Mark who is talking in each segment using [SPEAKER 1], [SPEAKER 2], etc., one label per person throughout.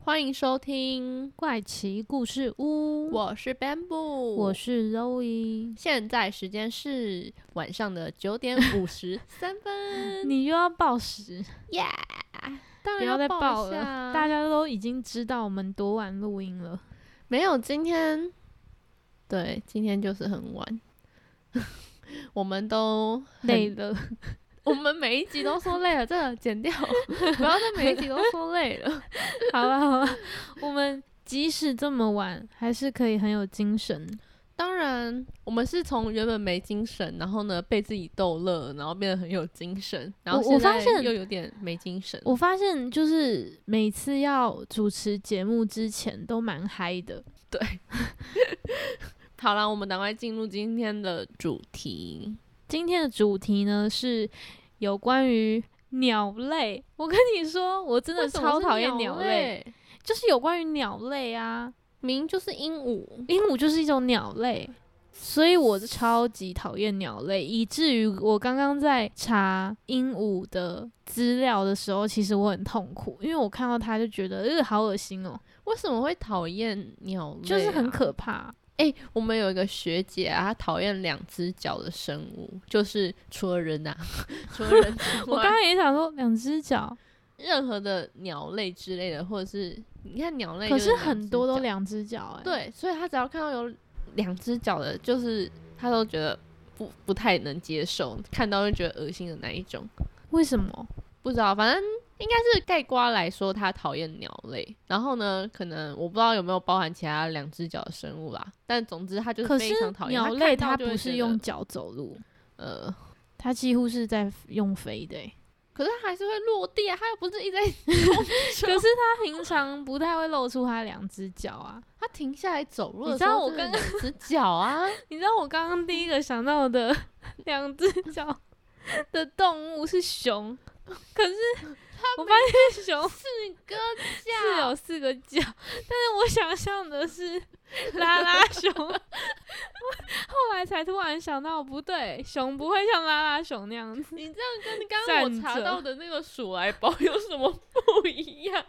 [SPEAKER 1] 欢迎收听《
[SPEAKER 2] 怪奇故事屋》，
[SPEAKER 1] 我是 Bamboo，
[SPEAKER 2] 我是 Zoe。
[SPEAKER 1] 现在时间是晚上的九点五十三 分，
[SPEAKER 2] 你又要报时，
[SPEAKER 1] 耶！当
[SPEAKER 2] 不
[SPEAKER 1] 然
[SPEAKER 2] 要再
[SPEAKER 1] 报
[SPEAKER 2] 报啊
[SPEAKER 1] 一
[SPEAKER 2] 了，
[SPEAKER 1] 下
[SPEAKER 2] 大家都已经知道我们多晚录音了。
[SPEAKER 1] 没有今天，对，今天就是很晚， 我们都很
[SPEAKER 2] 累 了，
[SPEAKER 1] 我们每一集都说累了，真的剪 掉，不要再每一集都说累了。
[SPEAKER 2] 好了好了，我们即使这么晚，还是可以很有精神。
[SPEAKER 1] 当然，我们是从原本没精神，然后呢被自己逗乐，然后变得很有精神，然后
[SPEAKER 2] 我我
[SPEAKER 1] 现在
[SPEAKER 2] 发现
[SPEAKER 1] 又有点没精神。
[SPEAKER 2] 我发现，就是每次要主持节目之前都蛮嗨的，
[SPEAKER 1] 好了，我们赶快进入今天的主题。
[SPEAKER 2] 今天的主题呢是有关于鸟类。我跟你说，我真的
[SPEAKER 1] 为什么
[SPEAKER 2] 超
[SPEAKER 1] 是
[SPEAKER 2] 讨厌鸟类，
[SPEAKER 1] 类，
[SPEAKER 2] 就是有关于鸟类啊，
[SPEAKER 1] 明明就是鹦鹉。
[SPEAKER 2] 鹦鹉就是一种鸟类，所以我超级讨厌鸟类，以至于我刚刚在查鹦鹉的资料的时候，其实我很痛苦，因为我看到它就觉得，呃，好恶心哦，
[SPEAKER 1] 为什么会讨厌鸟类、
[SPEAKER 2] 就是很。可怕。
[SPEAKER 1] 哎、我们有一个学姐啊，她讨厌两只脚的生物，就是除了人啊， 除了人之外，
[SPEAKER 2] 我刚刚也想说，两只脚，
[SPEAKER 1] 任何的鸟类之类的，或者是你看鸟类，
[SPEAKER 2] 可是很多都
[SPEAKER 1] 两。
[SPEAKER 2] 两只脚，哎，，
[SPEAKER 1] 对，所以他只要看到有两只脚的，就是他都觉得不不太能接受，看到就觉得恶心的那一种。
[SPEAKER 2] 为什么？
[SPEAKER 1] 不知道，反正应该是盖瓜来说，他讨厌鸟类。然后呢，可能我不知道有没有包含其他两只脚的生物啦。但总之，他就是
[SPEAKER 2] 可
[SPEAKER 1] 非
[SPEAKER 2] 是
[SPEAKER 1] 常讨厌
[SPEAKER 2] 鸟类，
[SPEAKER 1] 它
[SPEAKER 2] 它
[SPEAKER 1] 看到就会
[SPEAKER 2] 不
[SPEAKER 1] 觉
[SPEAKER 2] 是
[SPEAKER 1] 得
[SPEAKER 2] 用脚走路，
[SPEAKER 1] 呃，
[SPEAKER 2] 它几乎是在用飞的欸、
[SPEAKER 1] 可是它还是会落地啊，它又不是一 直在
[SPEAKER 2] 可
[SPEAKER 1] 啊
[SPEAKER 2] 是它平常不太会露出它两只脚啊。
[SPEAKER 1] 它停下来走路
[SPEAKER 2] 你
[SPEAKER 1] 的
[SPEAKER 2] 知
[SPEAKER 1] 时
[SPEAKER 2] 道
[SPEAKER 1] 候
[SPEAKER 2] 我
[SPEAKER 1] 就是两
[SPEAKER 2] 刚
[SPEAKER 1] 只脚 啊，
[SPEAKER 2] 你知道我刚刚第一个想到的 两只脚的动物是熊，可是我发现熊
[SPEAKER 1] 四个
[SPEAKER 2] 是
[SPEAKER 1] 脚，
[SPEAKER 2] 有四个脚，但是我想象的是拉拉熊。 我后来才突然想到，不对，熊不会像拉拉熊那样 子。
[SPEAKER 1] 你这样跟刚刚我查
[SPEAKER 2] 站着
[SPEAKER 1] 到的那个鼠来宝有什么不一样？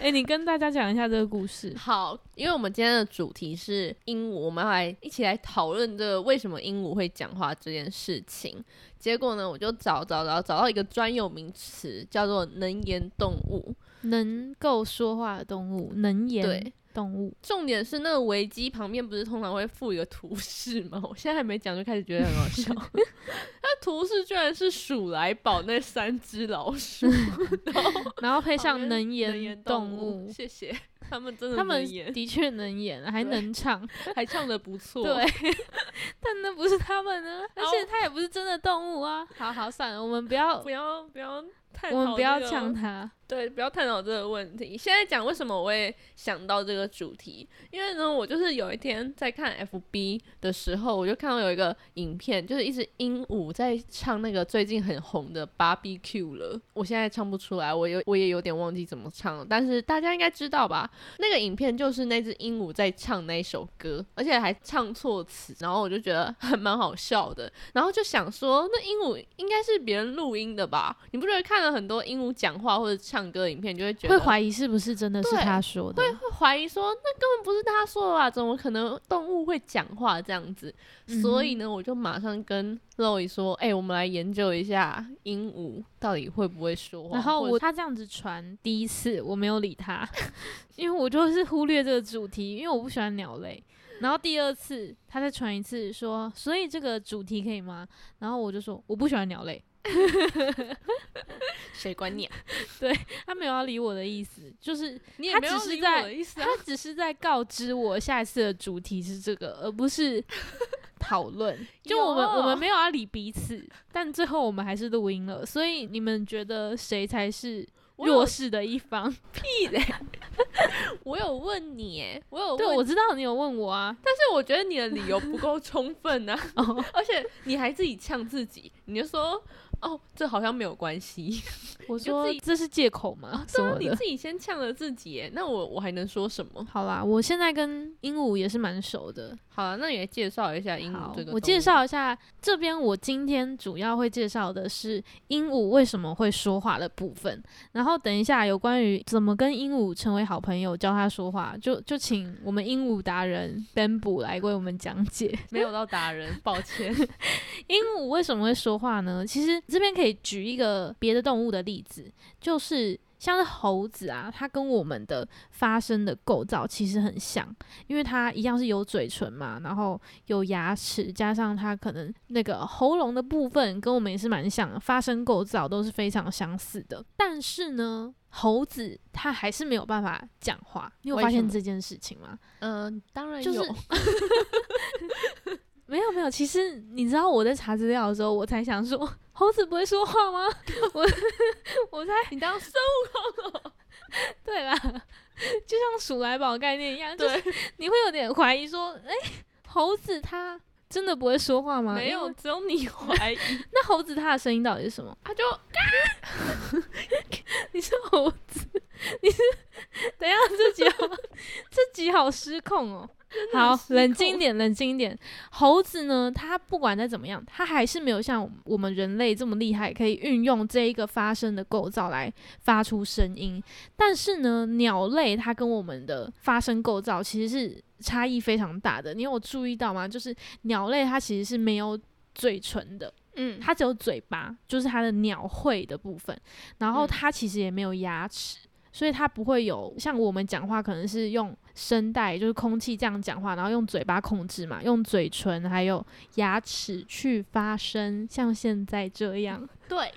[SPEAKER 2] 哎、你跟大家讲一下这个故事。
[SPEAKER 1] 好，因为我们今天的主题是鹦鹉，我们要来一起来讨论这个为什么鹦鹉会讲话这件事情。结果呢，我就找找找找到一个专有名词，叫做能言动物。
[SPEAKER 2] 能够说话的动物，能言
[SPEAKER 1] 对
[SPEAKER 2] 动物。
[SPEAKER 1] 重点是那个维基旁边不是通常会附一个图示吗？我现在还没讲就开始觉得很好笑。 那图示居然是鼠来宝那三只老鼠，然后
[SPEAKER 2] 然后配
[SPEAKER 1] 旁
[SPEAKER 2] 上
[SPEAKER 1] 边
[SPEAKER 2] 能
[SPEAKER 1] 能言
[SPEAKER 2] 言
[SPEAKER 1] 动
[SPEAKER 2] 物，
[SPEAKER 1] 谢谢他们真的
[SPEAKER 2] 他们
[SPEAKER 1] 能言
[SPEAKER 2] 的确能演，还
[SPEAKER 1] 对
[SPEAKER 2] 能唱，
[SPEAKER 1] 还唱的不错。
[SPEAKER 2] 对， 但那不是他们呢，而且它也不是真的动物啊。好好，算了，我们不要，
[SPEAKER 1] 不要不要探讨、
[SPEAKER 2] 我们不要呛，它。
[SPEAKER 1] 对，不要探讨这个问题。现在讲为什么我会想到这个主题，因为呢，我就是有一天在看 FB 的时候，我就看到有一个影片，就是一只鹦鹉在唱那个最近很红的《Barbecue》了。我现在唱不出来，我有我也有点忘记怎么唱了，但是大家应该知道吧？那个影片就是那只鹦鹉在唱那一首歌，而且还唱错词，然后我就觉得还蛮好笑的。然后就想说，那鹦鹉应该是别人录音的吧？你不觉得看了很多鹦鹉讲话或者唱歌的影片，就会觉得
[SPEAKER 2] 会怀疑是不是真的是
[SPEAKER 1] 对
[SPEAKER 2] 他说的？
[SPEAKER 1] 会怀疑说，那根本不是他说的吧？啊怎么可能动物会讲话这样子？
[SPEAKER 2] 嗯哼
[SPEAKER 1] 所以呢，我就马上跟 Zoe 说，哎、我们来研究一下鹦鹉到底会不会说话。
[SPEAKER 2] 然后
[SPEAKER 1] 或者
[SPEAKER 2] 我他这样子传第一次，我没有 理他，因为我就是忽略这个主题，因为我不喜欢鸟类。然后第二次他再传一次说，所以这个主题可以吗？然后我就说我不喜欢鸟类，
[SPEAKER 1] 谁管你啊？
[SPEAKER 2] 他没有要理我的意思，就是
[SPEAKER 1] 你也
[SPEAKER 2] 他
[SPEAKER 1] 没有
[SPEAKER 2] 只是
[SPEAKER 1] 理
[SPEAKER 2] 在
[SPEAKER 1] 我的意思啊。
[SPEAKER 2] 他只是在告知我下一次的主题是这个，而不是讨论。 就我们
[SPEAKER 1] 有
[SPEAKER 2] 我们没有要理彼此，但最后我们还是录音了。所以你们觉得谁才是
[SPEAKER 1] 我有
[SPEAKER 2] 弱势的一方？
[SPEAKER 1] 屁嘞！我有问你，哎，我有
[SPEAKER 2] 对，
[SPEAKER 1] 问
[SPEAKER 2] 我知道你有问我啊，
[SPEAKER 1] 但是我觉得你的理由不够充分 呐、
[SPEAKER 2] 哦
[SPEAKER 1] 而且你还自己呛自己，你就说哦，这好像没有关系，
[SPEAKER 2] 我
[SPEAKER 1] 就
[SPEAKER 2] 说
[SPEAKER 1] 自己
[SPEAKER 2] 这是借口 嘛，什
[SPEAKER 1] 对啊
[SPEAKER 2] 么，
[SPEAKER 1] 你
[SPEAKER 2] 的。
[SPEAKER 1] 自己先呛了自己耶，那我我还能说什么？
[SPEAKER 2] 好啦，我现在跟鹦鹉也是蛮熟的。
[SPEAKER 1] 好了，那你来介绍一下鹦鹉
[SPEAKER 2] 好
[SPEAKER 1] 这个，
[SPEAKER 2] 我介绍一下，这边我今天主要会介绍的是鹦鹉为什么会说话的部分。然后等一下有关于怎么跟鹦鹉成为好朋友，教它说话，就就请我们鹦鹉达人 Bamboo 来为我们讲解。
[SPEAKER 1] 没有到达 人，抱歉。
[SPEAKER 2] 鹦鹉为什么会说话呢？其实这边可以举一个别的动物的例子，就是像是猴子啊，它跟我们的发声的构造其实很像，因为它一样是有嘴唇嘛，然后有牙齿，加上它可能那个喉咙的部分跟我们也是蛮像的，发声构造都是非常相似的。但是呢，猴子它还是没有办法讲话，你有
[SPEAKER 1] 为
[SPEAKER 2] 发
[SPEAKER 1] 什
[SPEAKER 2] 现
[SPEAKER 1] 么
[SPEAKER 2] 这件事情吗？
[SPEAKER 1] 嗯、当然
[SPEAKER 2] 就是 没有没有，其实你知道我在查资料的时候，我才想说 猴子不会说话 吗？我我才
[SPEAKER 1] 你当生
[SPEAKER 2] 对啦， 就像鼠来宝概念一样，就是
[SPEAKER 1] 对
[SPEAKER 2] 你会有点怀疑说，哎、猴子它真的不会说话吗？
[SPEAKER 1] 没
[SPEAKER 2] 因
[SPEAKER 1] 有，
[SPEAKER 2] 为，
[SPEAKER 1] 只有你怀疑，
[SPEAKER 2] 那猴子它的声音到底是什么？
[SPEAKER 1] 他就
[SPEAKER 2] 你是猴子， 你是等一下这集好 这集好失控哦。
[SPEAKER 1] 很
[SPEAKER 2] 好，
[SPEAKER 1] 失
[SPEAKER 2] 冷
[SPEAKER 1] 控
[SPEAKER 2] 静一点，冷静一点。猴子呢，它不管再怎么样，它还是没有像我们我们人类这么厉害，可以运用这一个发声的构造来发出声音。但是呢，鸟类它跟我们的发声构造其实是差异非常大的。你有注意到吗？就是鸟类它其实是没有嘴唇的，
[SPEAKER 1] 嗯
[SPEAKER 2] 它只有嘴巴，就是它的鸟喙的部分，然后
[SPEAKER 1] 嗯
[SPEAKER 2] 它其实也没有牙齿，所以它不会有像我们讲话可能是用声带，就是空气这样讲话，然后用嘴巴控制嘛，用嘴唇还有牙齿去发声，像现在这样。
[SPEAKER 1] 对，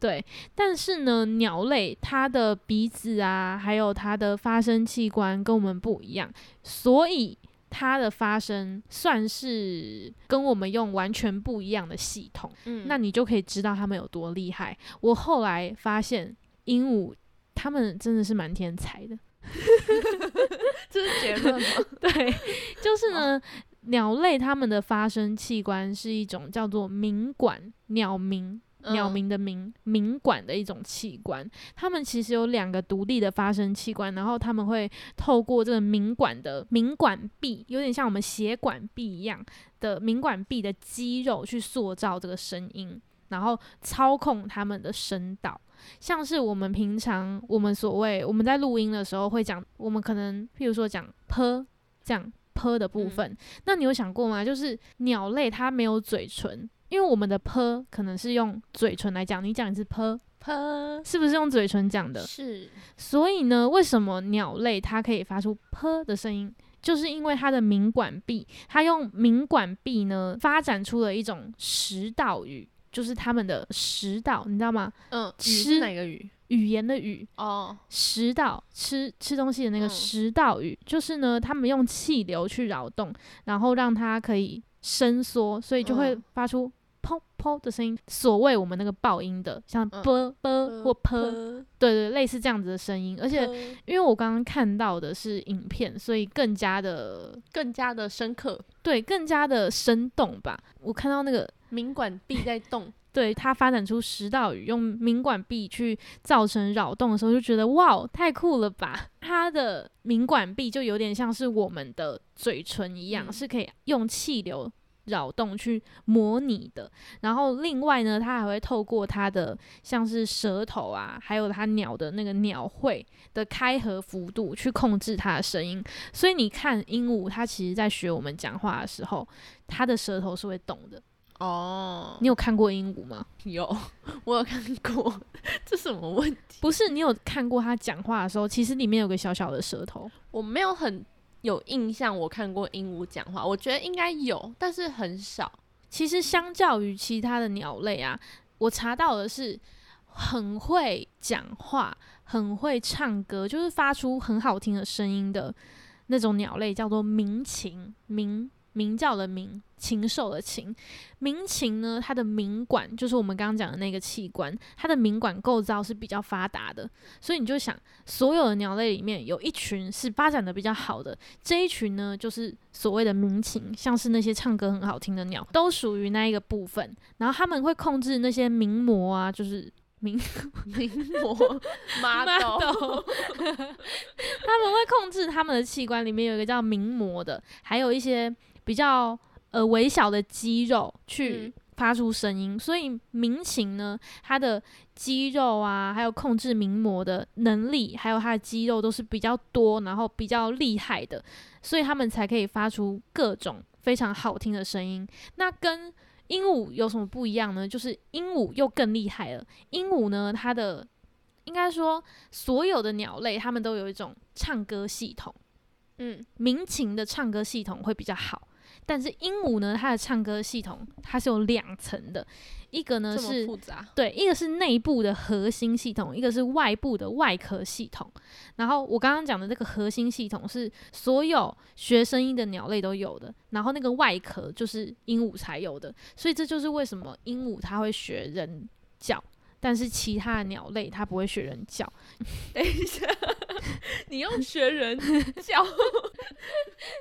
[SPEAKER 2] 对，但是呢，鸟类它的鼻子啊，还有它的发声器官跟我们不一样，所以它的发声算是跟我们用完全不一样的系统。
[SPEAKER 1] 嗯
[SPEAKER 2] 那你就可以知道他们有多厉害。我后来发现，鹦鹉他们真的是蛮天才的。
[SPEAKER 1] 这是结论吗？
[SPEAKER 2] 对，就是呢，鸟类它们的发声器官是一种叫做鸣管，鸟鸣。鸟
[SPEAKER 1] 嗯
[SPEAKER 2] 鸣的鸣，鸣管的一种器官，它们其实有两个独立的发声器官，然后它们会透过这个鸣管的鸣管壁，有点像我们血管壁一样的鸣管壁的肌肉去塑造这个声音，然后操控它们的声道。像是我们平常我们所谓我们在录音的时候会讲，我们可能譬如说讲 p 这样 p 的部分，那你有想过吗？就是鸟类它没有嘴唇，因为我们的 p 可能是用嘴唇来讲，你讲一次 p
[SPEAKER 1] 喷
[SPEAKER 2] 是不是用嘴唇讲的？
[SPEAKER 1] 是
[SPEAKER 2] 所以呢，为什么鸟类它可以发出“噗”的声音？就是因为它的鸣管壁，它用鸣管壁呢发展出了一种食道语，就是它们的食道，你知道吗？
[SPEAKER 1] 嗯，鱼
[SPEAKER 2] 吃
[SPEAKER 1] 是哪个鱼？
[SPEAKER 2] 语言的语，
[SPEAKER 1] 哦，
[SPEAKER 2] 食道吃吃东西的那个
[SPEAKER 1] 嗯
[SPEAKER 2] 食道语，就是呢，他们用气流去扰动，然后让它可以伸缩，所以就会
[SPEAKER 1] 嗯
[SPEAKER 2] 发出“砰砰”的声音，所谓我们那个爆音的，像
[SPEAKER 1] 嗯嗯
[SPEAKER 2] “啵啵”或“噗”，对对，类似这样子的声音，而
[SPEAKER 1] 而
[SPEAKER 2] 且。因为我刚刚看到的是影片，所以更加的
[SPEAKER 1] 更加的深刻，
[SPEAKER 2] 对，更加的生动吧。我看到那个
[SPEAKER 1] 鸣管壁在动，
[SPEAKER 2] 对它发展出食道语，用鸣管壁去造成扰动的时候，就觉得哇，太酷了吧！ 它的鸣管壁就有点像是我们的嘴唇一样，
[SPEAKER 1] 嗯
[SPEAKER 2] 是可以用气流。扰动去模拟的，然后另外呢，它还会透过它的像是舌头啊，还有它鸟的那个鸟喙的开合幅度去控制它的声音。所以你看鹦鹉，它其实在学我们讲话的时候，它的舌头是会动的。
[SPEAKER 1] 哦，
[SPEAKER 2] 你有看过鹦鹉吗？
[SPEAKER 1] 有， 我有看过， 这什么问题？
[SPEAKER 2] 不是，你有看过他讲话的时候，其实里面有个小小的舌头，
[SPEAKER 1] 我没有很有印象，我看过鹦鹉讲话，我觉得应该有，但是很少。
[SPEAKER 2] 其实相较于其他的鸟类啊，我查到的是很会讲话、很会唱歌，就是发出很好听的声音的那种鸟类，叫做鸣禽。鸣鸣叫的鸣，禽兽的禽。鸣禽呢，它的鸣管就是我们刚刚讲的那个器官，它的鸣管构造是比较发达的，所以你就想，所有的鸟类里面有一群是发展的比较好的，这一群呢就是所谓的鸣禽，像是那些唱歌很好听的鸟，都属于那一个部分。然后他们会控制那些鸣膜啊，就是 鸣
[SPEAKER 1] 名模 model，
[SPEAKER 2] 他们会控制他们的器官，里面有一个叫鸣膜的，还有一些比较呃微小的肌肉去
[SPEAKER 1] 嗯
[SPEAKER 2] 发出声音。所以鸣禽呢，它的肌肉啊，还有控制鸣膜的能力，还有它的肌肉都是比较多，然后比较厉害的，所以他们才可以发出各种非常好听的声音。那跟鹦鹉有什么不一样呢？就是鹦鹉又更厉害了。鹦鹉呢，它的应该说所有的鸟类，它们都有一种唱歌系统。
[SPEAKER 1] 嗯，
[SPEAKER 2] 民情的唱歌系统会比较好，但是鹦鹉呢，它的唱歌系统它是有两层的，一个呢
[SPEAKER 1] 这么
[SPEAKER 2] 是
[SPEAKER 1] 复杂，
[SPEAKER 2] 对，一个是内部的核心系统，一个是外部的外壳系统。然后我刚刚讲的这个核心系统是所有学声音的鸟类都有的，然后那个外壳就是鹦鹉才有的，所以这就是为什么鹦鹉它会学人叫，但是其他的鸟类它不会学人叫。
[SPEAKER 1] 等一 下，你用学人叫，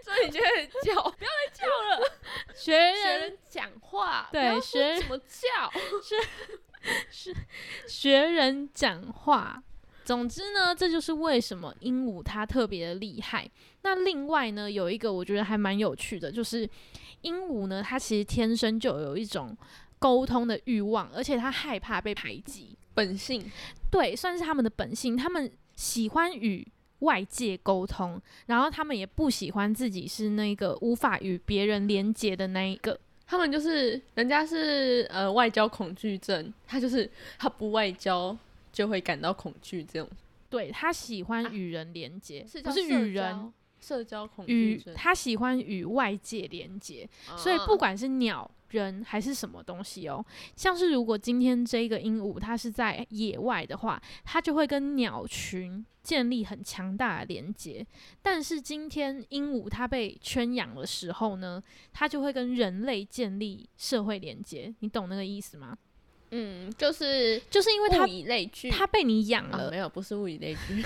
[SPEAKER 1] 所以你就会 叫，不要再叫了，
[SPEAKER 2] 学
[SPEAKER 1] 学
[SPEAKER 2] 人
[SPEAKER 1] 人讲话，不
[SPEAKER 2] 对
[SPEAKER 1] 要
[SPEAKER 2] 学人
[SPEAKER 1] 怎么叫？
[SPEAKER 2] 学人讲话。总之呢，这就是为什么鹦鹉它特别的厉害。那另外呢，有一个我觉得还蛮有趣的，就是鹦鹉呢，它其实天生就有一种沟通的欲望，而且它害怕被排挤，
[SPEAKER 1] 本性，
[SPEAKER 2] 对，算是它们的本性。它们喜欢与外界沟通，然后它们也不喜欢自己是那个无法与别人连接的那一个。
[SPEAKER 1] 他们就是人家是呃外交恐惧症，他就是他不外交就会感到恐惧，这种
[SPEAKER 2] 对，它喜
[SPEAKER 1] 啊
[SPEAKER 2] 欢与人连接，
[SPEAKER 1] 叫
[SPEAKER 2] 不是
[SPEAKER 1] 社
[SPEAKER 2] 与人
[SPEAKER 1] 交。社交恐惧
[SPEAKER 2] 与
[SPEAKER 1] 症，
[SPEAKER 2] 它喜欢与外界连接，所以不
[SPEAKER 1] 啊
[SPEAKER 2] 管是鸟、人还是什么东西哦，像是如果今天这个鹦鹉它是在野外的话，它就会跟鸟群建立很强大的连接。但是今天鹦鹉它被圈养的时候呢，它就会跟人类建立社会连接，你懂那个意思吗？
[SPEAKER 1] 嗯，就是
[SPEAKER 2] 就是因为
[SPEAKER 1] 物
[SPEAKER 2] 它
[SPEAKER 1] 以类聚，
[SPEAKER 2] 它被你养
[SPEAKER 1] 啊
[SPEAKER 2] 了，
[SPEAKER 1] 没有，不是物以类 聚，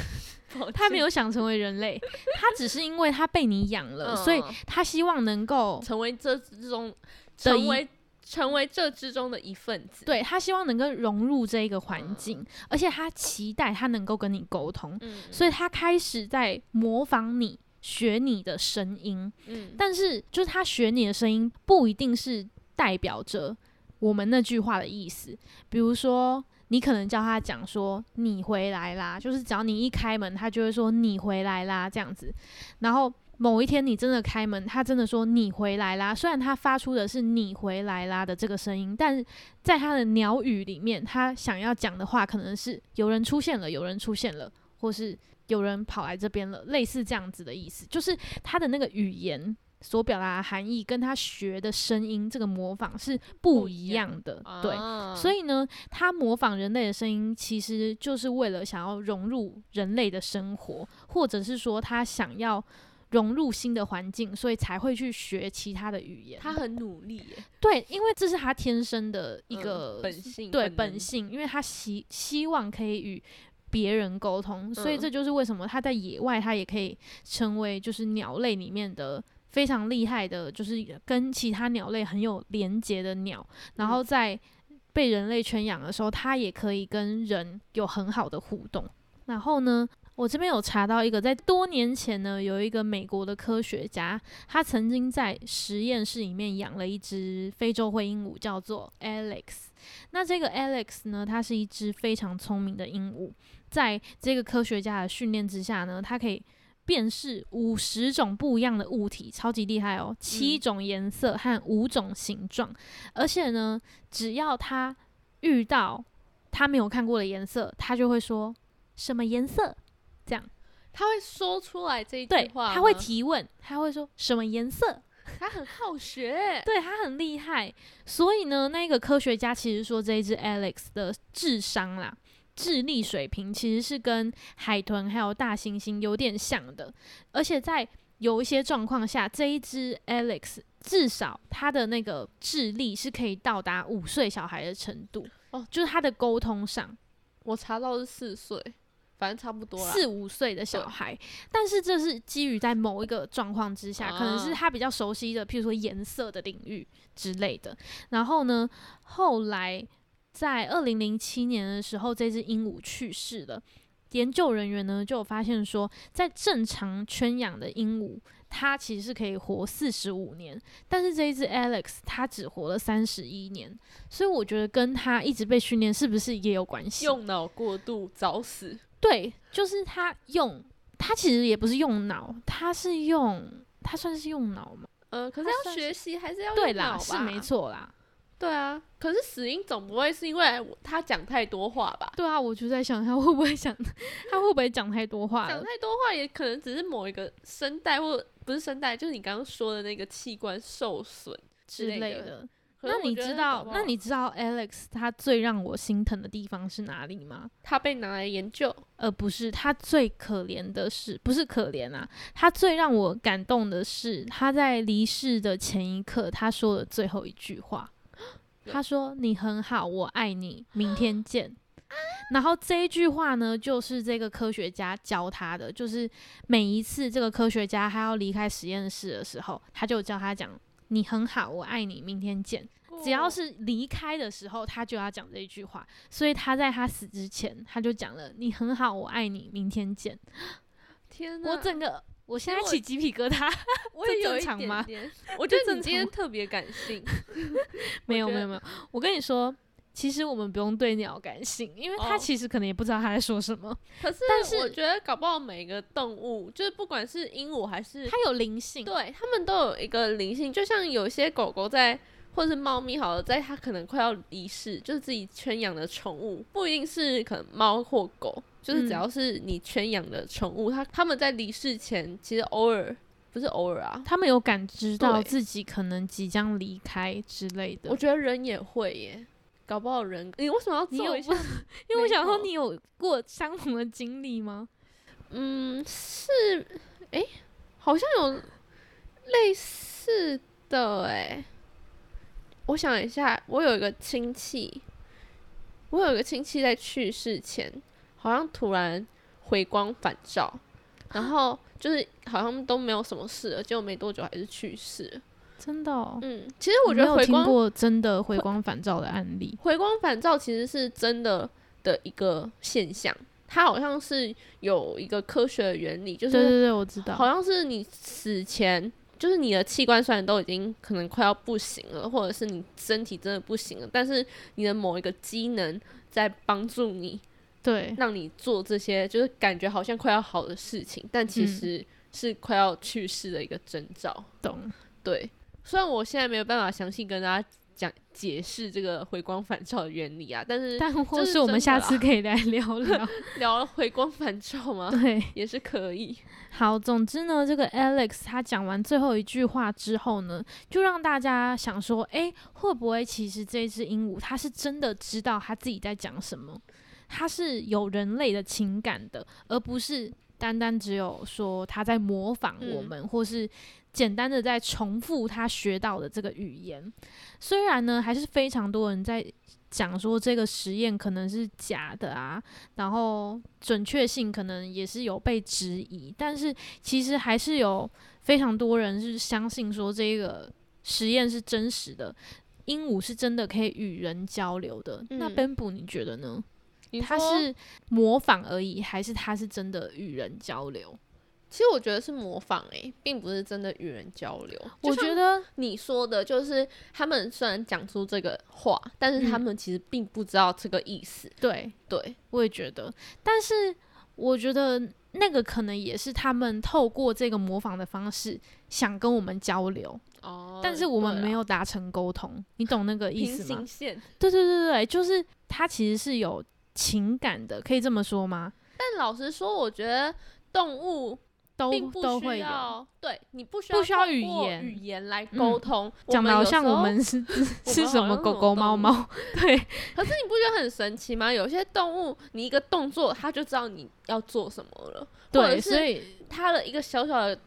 [SPEAKER 2] 它没有想成为 人类，它只是因为它被你养了，所以
[SPEAKER 1] 嗯
[SPEAKER 2] 它希望能够
[SPEAKER 1] 成为这之中，
[SPEAKER 2] 的
[SPEAKER 1] 成
[SPEAKER 2] 一
[SPEAKER 1] 为成为这之中的一份子。，
[SPEAKER 2] 对他希望能够融入这一个环境，而且他期待他能够跟你沟通，
[SPEAKER 1] 嗯，
[SPEAKER 2] 所以他开始在模仿你，学你的声音。
[SPEAKER 1] 嗯，
[SPEAKER 2] 但是，就是他学你的声音，不一定是代表着我们那句话的意思。比如说，你可能叫他讲说“你回来啦”，就是只要你一开门，他就会说“你回来啦”这样子。然后某一天你真的开门，他真的说“你回来啦”，虽然他发出的是“你回来啦”的这个声音，但在他的鸟语里面，他想要讲的话可能是“有人出现了，有人出现了”，或是。有人跑来这边了，类似这样子的意思，就是他的那个语言所表达的含义跟他学的声音这个模仿是不一样的，对。
[SPEAKER 1] 啊
[SPEAKER 2] 所以呢，他模仿人类的声音，其实就是为了想要融入人类的生活，或者是说他想要融入新的环境，所以才会去学其他的语言。
[SPEAKER 1] 他很努力耶，
[SPEAKER 2] 对，因为这是他天生的一
[SPEAKER 1] 嗯
[SPEAKER 2] 个、
[SPEAKER 1] 本性，
[SPEAKER 2] 对
[SPEAKER 1] 本
[SPEAKER 2] 本
[SPEAKER 1] 能，
[SPEAKER 2] 性，因为他希希望可以与别人沟通，所以
[SPEAKER 1] 嗯
[SPEAKER 2] 这就是为什么他在野外他也可以成为就是鸟类里面的非常厉害的，就是跟其他鸟类很有连结的鸟，
[SPEAKER 1] 嗯
[SPEAKER 2] 然后在被人类圈养的时候，它也可以跟人有很好的互动。然后呢，我这边有查到一个，在多年前呢，有一个美国的科学家，他曾经在实验室里面养了一只非洲灰鹦鹉，叫做 Alex。那这个 Alex 呢，它是一只非常聪明的鹦鹉，在这个科学家的训练之下呢，它可以。辨识五十种不一样的物体，超级厉害哦！七
[SPEAKER 1] 嗯
[SPEAKER 2] 种颜色和五种形状，而且呢，只要它遇到他没有看过的颜色，他就会说什么颜色？
[SPEAKER 1] 他会说出来这一句
[SPEAKER 2] 对，
[SPEAKER 1] 话吗，
[SPEAKER 2] 他会提问，他会说什么颜色？
[SPEAKER 1] 他很好学耶，
[SPEAKER 2] 对他很厉害。所以呢，那个科学家其实说这一只 Alex 的智商啦。智力水平其实是跟海豚还有大猩猩有点像的，而且在有一些状况下，这一只 Alex 至少他的那个智力是可以到达五岁小孩的程度
[SPEAKER 1] 哦，
[SPEAKER 2] 就是他的沟通上
[SPEAKER 1] 我查到是四岁，反正差不多啦。
[SPEAKER 2] 四五岁的小孩，但是这是基于在某一个状况之下，可能是
[SPEAKER 1] 啊
[SPEAKER 2] 他比较熟悉的，譬如说颜色的领域之类的。然后呢，后来在二零零七年的时候，这只鹦鹉去世了。研究人员呢就有发现说，在正常圈养的鹦鹉，它其实是可以活四十五年，但是这一只 Alex 它只活了三十一年，所以我觉得跟它一直被训练是不是也有关系？
[SPEAKER 1] 用脑过度早死，
[SPEAKER 2] 对，就是他用，他其实也不是用脑，他是用，他算是用脑嘛？
[SPEAKER 1] 呃，可是
[SPEAKER 2] 它
[SPEAKER 1] 要
[SPEAKER 2] 算
[SPEAKER 1] 学习还是要
[SPEAKER 2] 对
[SPEAKER 1] 用
[SPEAKER 2] 啦，
[SPEAKER 1] 脑
[SPEAKER 2] 是
[SPEAKER 1] 吧
[SPEAKER 2] 没，错啦。
[SPEAKER 1] 对啊。可是死因总不会是因为我他讲太多话吧？
[SPEAKER 2] 对啊，我就在想他会不会想，他会不会讲太多话
[SPEAKER 1] 讲
[SPEAKER 2] 了？
[SPEAKER 1] 太多话也可能只是某一个声带或不是声带，就是你刚刚说的那个器官受损
[SPEAKER 2] 之
[SPEAKER 1] 类
[SPEAKER 2] 类
[SPEAKER 1] 的
[SPEAKER 2] 的。
[SPEAKER 1] 可是
[SPEAKER 2] 那
[SPEAKER 1] 我
[SPEAKER 2] 你
[SPEAKER 1] 觉
[SPEAKER 2] 知
[SPEAKER 1] 得搞
[SPEAKER 2] 道，
[SPEAKER 1] 不
[SPEAKER 2] 那
[SPEAKER 1] 好
[SPEAKER 2] 你知道 Alex 他最让我心疼的地方是哪里吗？
[SPEAKER 1] 他被拿来研究，
[SPEAKER 2] 而不是他最可怜的是，不是可怜啊，他最让我感动的是他在离世的前一刻他说的最后一句话，他说：“你很好，我爱你，明天见。”然后这一句话呢，就是这个科学家教他的，就是每一次这个科学家他要离开实验室的时候，他就教他讲：“你很好，我爱你，明天见。”
[SPEAKER 1] 哦嗯
[SPEAKER 2] 只要是离开的时候，他就要讲这一句话，所以他在他死之前，他就讲了：“你很好，我爱你，明天见。
[SPEAKER 1] 天”哪，
[SPEAKER 2] 我整个，我现在
[SPEAKER 1] 我
[SPEAKER 2] 起鸡皮疙瘩。
[SPEAKER 1] 我
[SPEAKER 2] 这
[SPEAKER 1] 也有
[SPEAKER 2] 正
[SPEAKER 1] 一
[SPEAKER 2] 常吗
[SPEAKER 1] 点 点，我觉
[SPEAKER 2] 这
[SPEAKER 1] 得你今
[SPEAKER 2] 正常
[SPEAKER 1] 天
[SPEAKER 2] 吗
[SPEAKER 1] 特别感性，
[SPEAKER 2] 没有
[SPEAKER 1] 觉
[SPEAKER 2] 没
[SPEAKER 1] 得
[SPEAKER 2] 有没有，我跟你说，其实我们不用对鸟感性，因为他
[SPEAKER 1] 哦
[SPEAKER 2] 其实可能也不知道他在说什么，
[SPEAKER 1] 可是
[SPEAKER 2] 但
[SPEAKER 1] 我
[SPEAKER 2] 是
[SPEAKER 1] 觉得搞不好每个动物，就是不管是鹦鹉还是
[SPEAKER 2] 他有灵性。
[SPEAKER 1] 对，它们都有一个灵性，就像有些狗狗在，或者是猫咪好了，在它可能快要离世，就是自己圈养的宠物，不一定是可能猫或狗，就是只
[SPEAKER 2] 嗯
[SPEAKER 1] 要是你圈养的宠物，它它们在离世前，其实偶尔不是偶尔啊，
[SPEAKER 2] 他们有感知到
[SPEAKER 1] 对
[SPEAKER 2] 自己可能即将离开之类的
[SPEAKER 1] 我，觉得人也会耶，搞不好人，你为什么要
[SPEAKER 2] 你有
[SPEAKER 1] 做一下？
[SPEAKER 2] 因为我
[SPEAKER 1] 没
[SPEAKER 2] 想说，
[SPEAKER 1] 错
[SPEAKER 2] 你有过相同的经历吗？
[SPEAKER 1] 嗯，是，诶，好像有类似的诶，我想一下，我有一个亲戚，我有一个亲戚在去世前，好像突然回光返照，然后就是好像都没有什么事了，结果没多久还是去世了。
[SPEAKER 2] 真的、哦，
[SPEAKER 1] 嗯，其实
[SPEAKER 2] 我
[SPEAKER 1] 我觉得
[SPEAKER 2] 没有
[SPEAKER 1] 回
[SPEAKER 2] 听
[SPEAKER 1] 光
[SPEAKER 2] 过真的回光返照的案例。
[SPEAKER 1] 回光返照其实是真的的一个现象，它好像是有一个科学的原理，就
[SPEAKER 2] 对对
[SPEAKER 1] 是
[SPEAKER 2] 对，我知道。
[SPEAKER 1] 好像是你死前，就是你的器官虽然都已经可能快要不行了，或者是你身体真的不行了，但是你的某一个机能在帮助你，
[SPEAKER 2] 对，
[SPEAKER 1] 让你做这些就是感觉好像快要好的事情，但其
[SPEAKER 2] 嗯
[SPEAKER 1] 实是快要去世的一个征兆。
[SPEAKER 2] 懂。
[SPEAKER 1] 对，虽然我现在没有办法详细跟大家讲解释这个回光返照的原理啊，但是
[SPEAKER 2] 但或
[SPEAKER 1] 这
[SPEAKER 2] 是
[SPEAKER 1] 是
[SPEAKER 2] 我们
[SPEAKER 1] 真的
[SPEAKER 2] 下次
[SPEAKER 1] 啦
[SPEAKER 2] 可以来聊聊。
[SPEAKER 1] 聊了回光返照嘛，
[SPEAKER 2] 对，
[SPEAKER 1] 也是可以。
[SPEAKER 2] 好，总之呢，这个 Alex 他讲完最后一句话之后呢，就让大家想说，诶，会不会其实这只鹦鹉它是真的知道它自己在讲什么？它是有人类的情感的，而不是单单只有说它在模仿我们，或是简单的在重复它学到的这个语言。虽然呢，还是非常多人在讲说这个实验可能是假的啊，然后准确性可能也是有被质疑，但是其实还是有非常多人是相信说这个实验是真实的，鹦鹉是真的可以与人交流的。那
[SPEAKER 1] 嗯
[SPEAKER 2] Bamboo 你觉得呢？
[SPEAKER 1] 你
[SPEAKER 2] 它
[SPEAKER 1] 说
[SPEAKER 2] 是模仿而已，还是它是真的与人交流？
[SPEAKER 1] 其实我觉得是模仿诶、并不是真的与人交流。
[SPEAKER 2] 我觉得
[SPEAKER 1] 你说的，就是他们虽然讲出这个话，但是他
[SPEAKER 2] 嗯
[SPEAKER 1] 们其实并不知道这个意思。
[SPEAKER 2] 对，
[SPEAKER 1] 对，
[SPEAKER 2] 我也觉得，但是我觉得那个可能也是他们透过这个模仿的方式想跟我们交流，
[SPEAKER 1] 哦
[SPEAKER 2] 但是我们没有达成沟通，你懂那个意
[SPEAKER 1] 平
[SPEAKER 2] 思吗
[SPEAKER 1] 行？线。
[SPEAKER 2] 对对对对，就是他其实是有情感的，可以这么说吗？
[SPEAKER 1] 但老实说，我觉得动物
[SPEAKER 2] 都
[SPEAKER 1] 并
[SPEAKER 2] 都
[SPEAKER 1] 不
[SPEAKER 2] 会
[SPEAKER 1] 需
[SPEAKER 2] 有。
[SPEAKER 1] 要，对你不需
[SPEAKER 2] 不
[SPEAKER 1] 要
[SPEAKER 2] 需要
[SPEAKER 1] 透
[SPEAKER 2] 语
[SPEAKER 1] 过
[SPEAKER 2] 言
[SPEAKER 1] 语言来
[SPEAKER 2] 嗯
[SPEAKER 1] 沟通。
[SPEAKER 2] 讲的
[SPEAKER 1] 有
[SPEAKER 2] 好
[SPEAKER 1] 时
[SPEAKER 2] 像我
[SPEAKER 1] 候
[SPEAKER 2] 们是是
[SPEAKER 1] 们
[SPEAKER 2] 什
[SPEAKER 1] 好
[SPEAKER 2] 么
[SPEAKER 1] 像
[SPEAKER 2] 狗
[SPEAKER 1] 有
[SPEAKER 2] 狗、猫
[SPEAKER 1] 动物
[SPEAKER 2] 猫， 对
[SPEAKER 1] 可是你不觉得很神奇吗？有些动物，你一个动作，它就知道你要做什么了，或者
[SPEAKER 2] 对，
[SPEAKER 1] 是
[SPEAKER 2] 所以
[SPEAKER 1] 它的一个小小的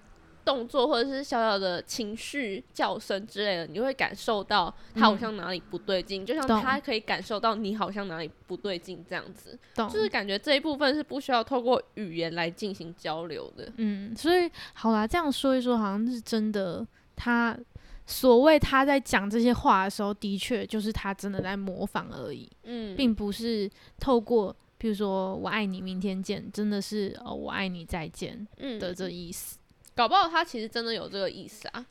[SPEAKER 1] 动作或者是小小的情绪叫声之类的，你就会感受到他好像哪里不对劲，就像
[SPEAKER 2] 嗯懂
[SPEAKER 1] 他可以感受到你好像哪里不对劲这样子。
[SPEAKER 2] 懂，
[SPEAKER 1] 就是感觉这一部分是不需要透过语言来进行交流的。
[SPEAKER 2] 嗯，所以好啦，这样说一说，好像是真的。他所谓他在讲这些话的时候，的确就是他真的在模仿而已，
[SPEAKER 1] 嗯，
[SPEAKER 2] 并不是透过比如说“我爱你，明天见”，真的是哦“我爱你，再见”
[SPEAKER 1] 嗯
[SPEAKER 2] 的这意思。
[SPEAKER 1] 搞不好他其实真的有这个意思啊，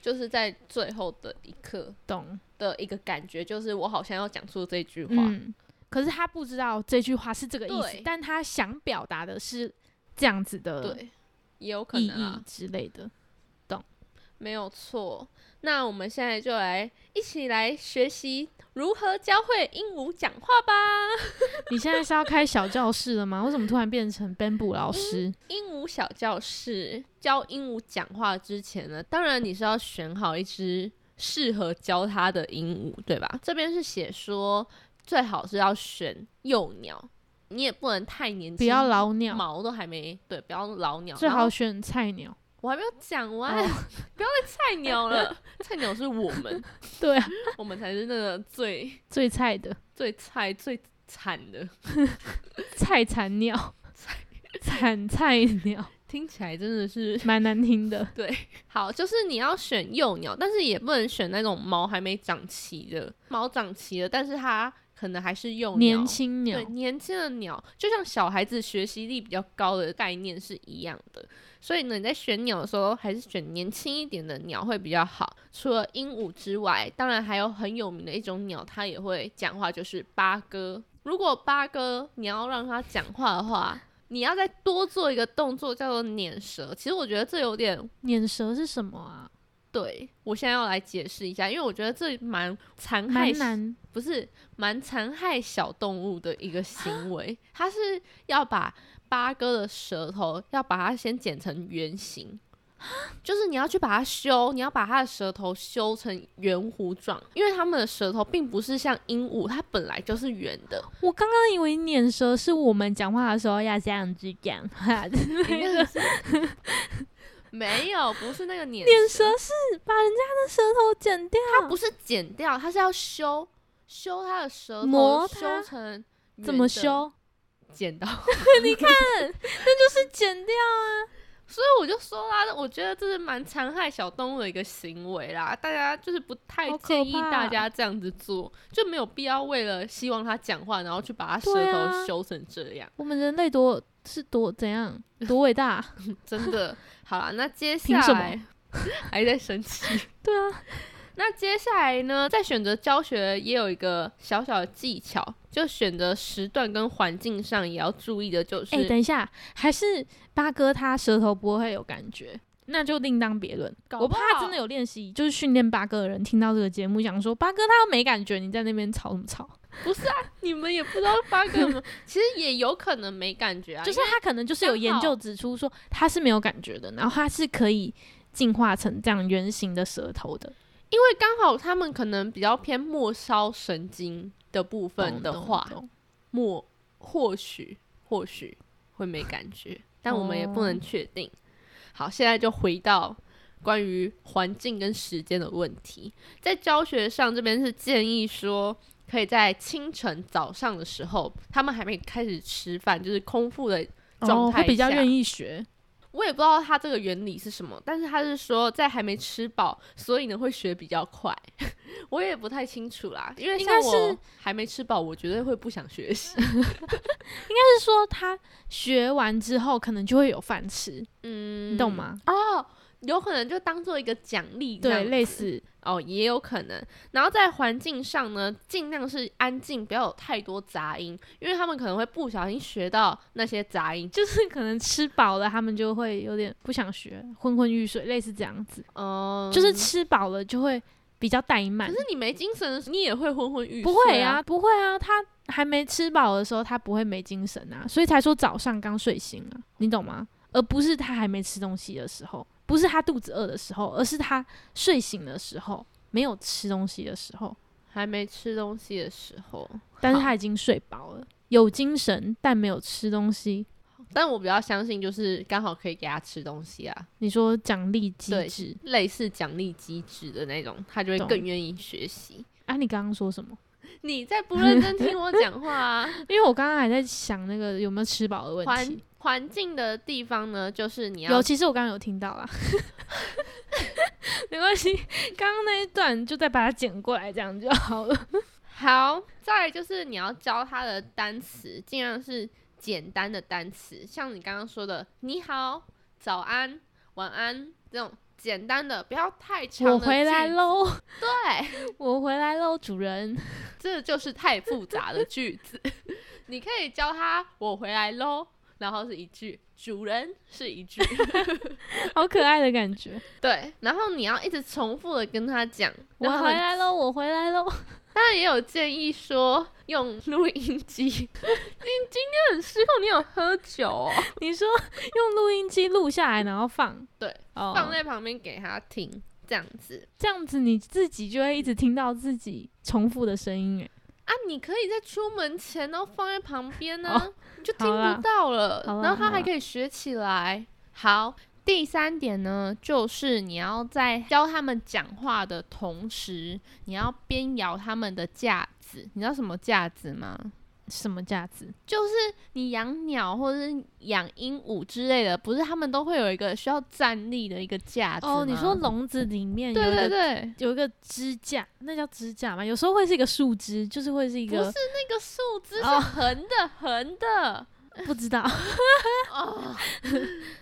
[SPEAKER 1] 就是在最后的一刻
[SPEAKER 2] 懂？
[SPEAKER 1] 的一个感觉，就是我好像要讲出这句话。
[SPEAKER 2] 嗯。可是他不知道这句话是这个意思
[SPEAKER 1] 对，
[SPEAKER 2] 但他想表达的是这样子的
[SPEAKER 1] 对，也有可
[SPEAKER 2] 嗯意
[SPEAKER 1] 能啊
[SPEAKER 2] 义，之类的。
[SPEAKER 1] 没有错。那我们现在就来一起来学习如何教会鹦鹉讲话吧。
[SPEAKER 2] 你现在是要开小教室 了吗？为什么突然变成 Bamboo 老师？
[SPEAKER 1] 鹦鹉小教室教鹦鹉讲话之前呢，当然你是要选好一只适合教它的鹦鹉，对吧？这边是写说最好是要选幼鸟，你也不能太年轻，
[SPEAKER 2] 不要老鸟，
[SPEAKER 1] 毛都还没对，不要老鸟，
[SPEAKER 2] 最
[SPEAKER 1] 然
[SPEAKER 2] 好
[SPEAKER 1] 后
[SPEAKER 2] 选菜鸟。
[SPEAKER 1] 我还没有讲完，
[SPEAKER 2] 哦
[SPEAKER 1] 不要再菜鸟了，菜鸟是我们，
[SPEAKER 2] 对啊，
[SPEAKER 1] 我们才是那个最
[SPEAKER 2] 最菜的
[SPEAKER 1] 最菜最惨的，
[SPEAKER 2] 菜惨鸟，惨菜鸟，
[SPEAKER 1] 听起来真的 是
[SPEAKER 2] 蛮难听的。
[SPEAKER 1] 好，就是你要选幼鸟，但是也不能选那种毛还没长齐的，毛长齐了，但是它可能还是幼鸟，
[SPEAKER 2] 年轻鸟
[SPEAKER 1] 对，年轻的鸟，就像小孩子学习力比较高的概念是一样的。所以呢，你在选鸟的时候，还是选年轻一点的鸟会比较好。除了鹦鹉之外，当然还有很有名的一种鸟，它也会讲话，就是八哥。如果八哥你要让它讲话的话，你要再多做一个动作，叫做撵舌。其实我觉得这有点
[SPEAKER 2] 撵舌是什么啊？
[SPEAKER 1] 对我现在要来解释一下，因为我觉得这蛮残害
[SPEAKER 2] 蛮，难
[SPEAKER 1] 不是蛮残害小动物的一个行 为。它是要把八哥的舌头要把它先剪成圆 形，就是你要去把它修，你要把它的舌头修成圆弧状，因为它们的舌头并不是像鹦鹉，它本来就是圆 的。
[SPEAKER 2] 我刚刚以为撵舌是我们讲话的时候要这样子讲话的，
[SPEAKER 1] 那 个是没有，不是那个撵
[SPEAKER 2] 撵舌啊是把人家的舌头剪掉，
[SPEAKER 1] 它不是剪掉，它是要修修它的舌头，
[SPEAKER 2] 磨它
[SPEAKER 1] 修成
[SPEAKER 2] 怎么
[SPEAKER 1] 圆的？
[SPEAKER 2] 修？
[SPEAKER 1] 剪刀。
[SPEAKER 2] 是剪掉。
[SPEAKER 1] 所以我就说啦，我觉得这是蛮残害小动物的一个行为啦，大家就是不太
[SPEAKER 2] 好可
[SPEAKER 1] 建议
[SPEAKER 2] 怕
[SPEAKER 1] 大家这样子做，就没有必要为了希望它讲话，然后去把它
[SPEAKER 2] 对
[SPEAKER 1] 舌
[SPEAKER 2] 啊
[SPEAKER 1] 头修成这样，
[SPEAKER 2] 我们人类多是多怎 样多伟大？
[SPEAKER 1] 真的。好啦，那接
[SPEAKER 2] 凭
[SPEAKER 1] 下
[SPEAKER 2] 什么
[SPEAKER 1] 来还在生气。
[SPEAKER 2] 对啊，
[SPEAKER 1] 那接下来呢，在选择教学也有一个小小的技巧，就选择时段跟环境上也要注意的，就是、
[SPEAKER 2] 哎、等一下，还是八哥他舌头不会有感觉，那就另当别论。
[SPEAKER 1] 搞
[SPEAKER 2] 我
[SPEAKER 1] 不
[SPEAKER 2] 怕
[SPEAKER 1] 好
[SPEAKER 2] 真的有练习，就是训练八哥的人听到这个节目，想说八哥他又没感觉，你在那边吵什么吵？
[SPEAKER 1] 你们也不知道八哥有 没有，其实也有可能没感觉啊，
[SPEAKER 2] 就是他可能就是
[SPEAKER 1] 刚
[SPEAKER 2] 有研
[SPEAKER 1] 好
[SPEAKER 2] 究指出说他是没有感觉的，然后他是可以进化成这样圆形的舌头的。
[SPEAKER 1] 因为刚好他们可能比较偏末梢神经的部分
[SPEAKER 2] 懂
[SPEAKER 1] 的
[SPEAKER 2] 懂
[SPEAKER 1] 话，
[SPEAKER 2] 懂
[SPEAKER 1] 末或许或许会没感 觉，但我们也不能确定。好，现在就回到关于环境跟时间的问题，在教学上这边是建议说。可以在清晨早上的时候，他们还没开始吃饭，就是空腹的状
[SPEAKER 2] 哦
[SPEAKER 1] 态
[SPEAKER 2] 会比较
[SPEAKER 1] 下
[SPEAKER 2] 愿意学。
[SPEAKER 1] 我也不知道它这个原理是什么，但是它是说在还没吃饱，所以呢会学比较快。 我也不太清楚啦，因为
[SPEAKER 2] 应
[SPEAKER 1] 像
[SPEAKER 2] 该是嗯
[SPEAKER 1] 我还没吃饱，我绝对会不想学习。
[SPEAKER 2] 但是说他学完之后，可能就会有饭吃，
[SPEAKER 1] 嗯
[SPEAKER 2] 你懂？吗？
[SPEAKER 1] 哦，有可能就当做一个奖励这样子，
[SPEAKER 2] 对，类似
[SPEAKER 1] 哦，也有可能。然后在环境上呢，尽量是安静，不要有太多杂音，因为他们可能会不小心学到那些杂音，
[SPEAKER 2] 就是可能吃饱了，他们就会有点不想学，昏昏欲睡，类似这样子。
[SPEAKER 1] 嗯，
[SPEAKER 2] 就是吃饱了就会比较怠慢
[SPEAKER 1] 可。是你没精神的时候，你也会昏昏欲睡、
[SPEAKER 2] 不会
[SPEAKER 1] 啊
[SPEAKER 2] 啊，，不会啊，他还没吃饱的时候，他不会没精神啊，所以才说早上刚睡醒啊，你懂吗？而不是他还没吃东西的时候，不是他肚子饿的时候，而是他睡醒的时候，没有吃东西的时候，
[SPEAKER 1] 还没吃东西的时候。
[SPEAKER 2] 但是
[SPEAKER 1] 好
[SPEAKER 2] 他已经睡饱了，有精神但没有吃东西，
[SPEAKER 1] 但我比较相信就是刚好可以给它吃东西啊，
[SPEAKER 2] 你说奖励机
[SPEAKER 1] 对
[SPEAKER 2] 制
[SPEAKER 1] 类似奖励机制的那种，它就会
[SPEAKER 2] 懂
[SPEAKER 1] 更愿意学 习。
[SPEAKER 2] 啊？你刚刚说什么？
[SPEAKER 1] 你再不认真听我讲话、啊，
[SPEAKER 2] 因为我刚刚还在想那个有没有吃饱 的问
[SPEAKER 1] 环
[SPEAKER 2] 题，
[SPEAKER 1] 环境的地方呢，就是你要
[SPEAKER 2] 有，其实我刚刚有听到啦， 没关系，刚刚那一段就再把它剪过来，这样就好了。
[SPEAKER 1] 好，再来就是你要教他的单词，尽量是简单的单词，像你刚刚说的“你好”“早安”“晚安”这种简单的，不要太长的。
[SPEAKER 2] 我回来。喽，
[SPEAKER 1] 对，
[SPEAKER 2] 我回来喽，主人。
[SPEAKER 1] 这就是太复杂的句子。 你可以教他“我回来喽”，然后是一句，主人是一句，
[SPEAKER 2] 好可爱的感觉。
[SPEAKER 1] 对。然后你要一直重复的跟他讲。
[SPEAKER 2] 我
[SPEAKER 1] 然后
[SPEAKER 2] 回来喽，我回来喽。
[SPEAKER 1] 当然也有建议说用录音机。你 今天很失控，你有喝酒哦？
[SPEAKER 2] 你说用录音机录下来，然后放，
[SPEAKER 1] 对，
[SPEAKER 2] 哦，
[SPEAKER 1] 放在旁边给他听，这样子
[SPEAKER 2] 这样子，你自己就会一直听到自己重复的声音。哎，
[SPEAKER 1] 啊，你可以在出门前然后放在旁边呢、
[SPEAKER 2] 哦
[SPEAKER 1] 你就听
[SPEAKER 2] 好啦
[SPEAKER 1] 不到了
[SPEAKER 2] 好，啦啊
[SPEAKER 1] 然后
[SPEAKER 2] 好
[SPEAKER 1] 他还
[SPEAKER 2] 啦
[SPEAKER 1] 可以学起来。好，第三点呢，就是你要在教他们讲话的同时，你要边摇他们的架子。你知道什么架子吗？
[SPEAKER 2] 什么架子？
[SPEAKER 1] 就是你养鸟或者是养鹦鹉之类的，不是他们都会有一个需要站立的一个架子
[SPEAKER 2] 哦，你
[SPEAKER 1] 吗
[SPEAKER 2] 说笼子里面有一
[SPEAKER 1] 对对
[SPEAKER 2] 个
[SPEAKER 1] 对，
[SPEAKER 2] 有一个支架，那叫支架嘛？有时候会是一个树枝，就是会是一
[SPEAKER 1] 不
[SPEAKER 2] 个
[SPEAKER 1] 是那个树枝是
[SPEAKER 2] 哦
[SPEAKER 1] 横的，横的，
[SPEAKER 2] 不 知道
[SPEAKER 1] 哦，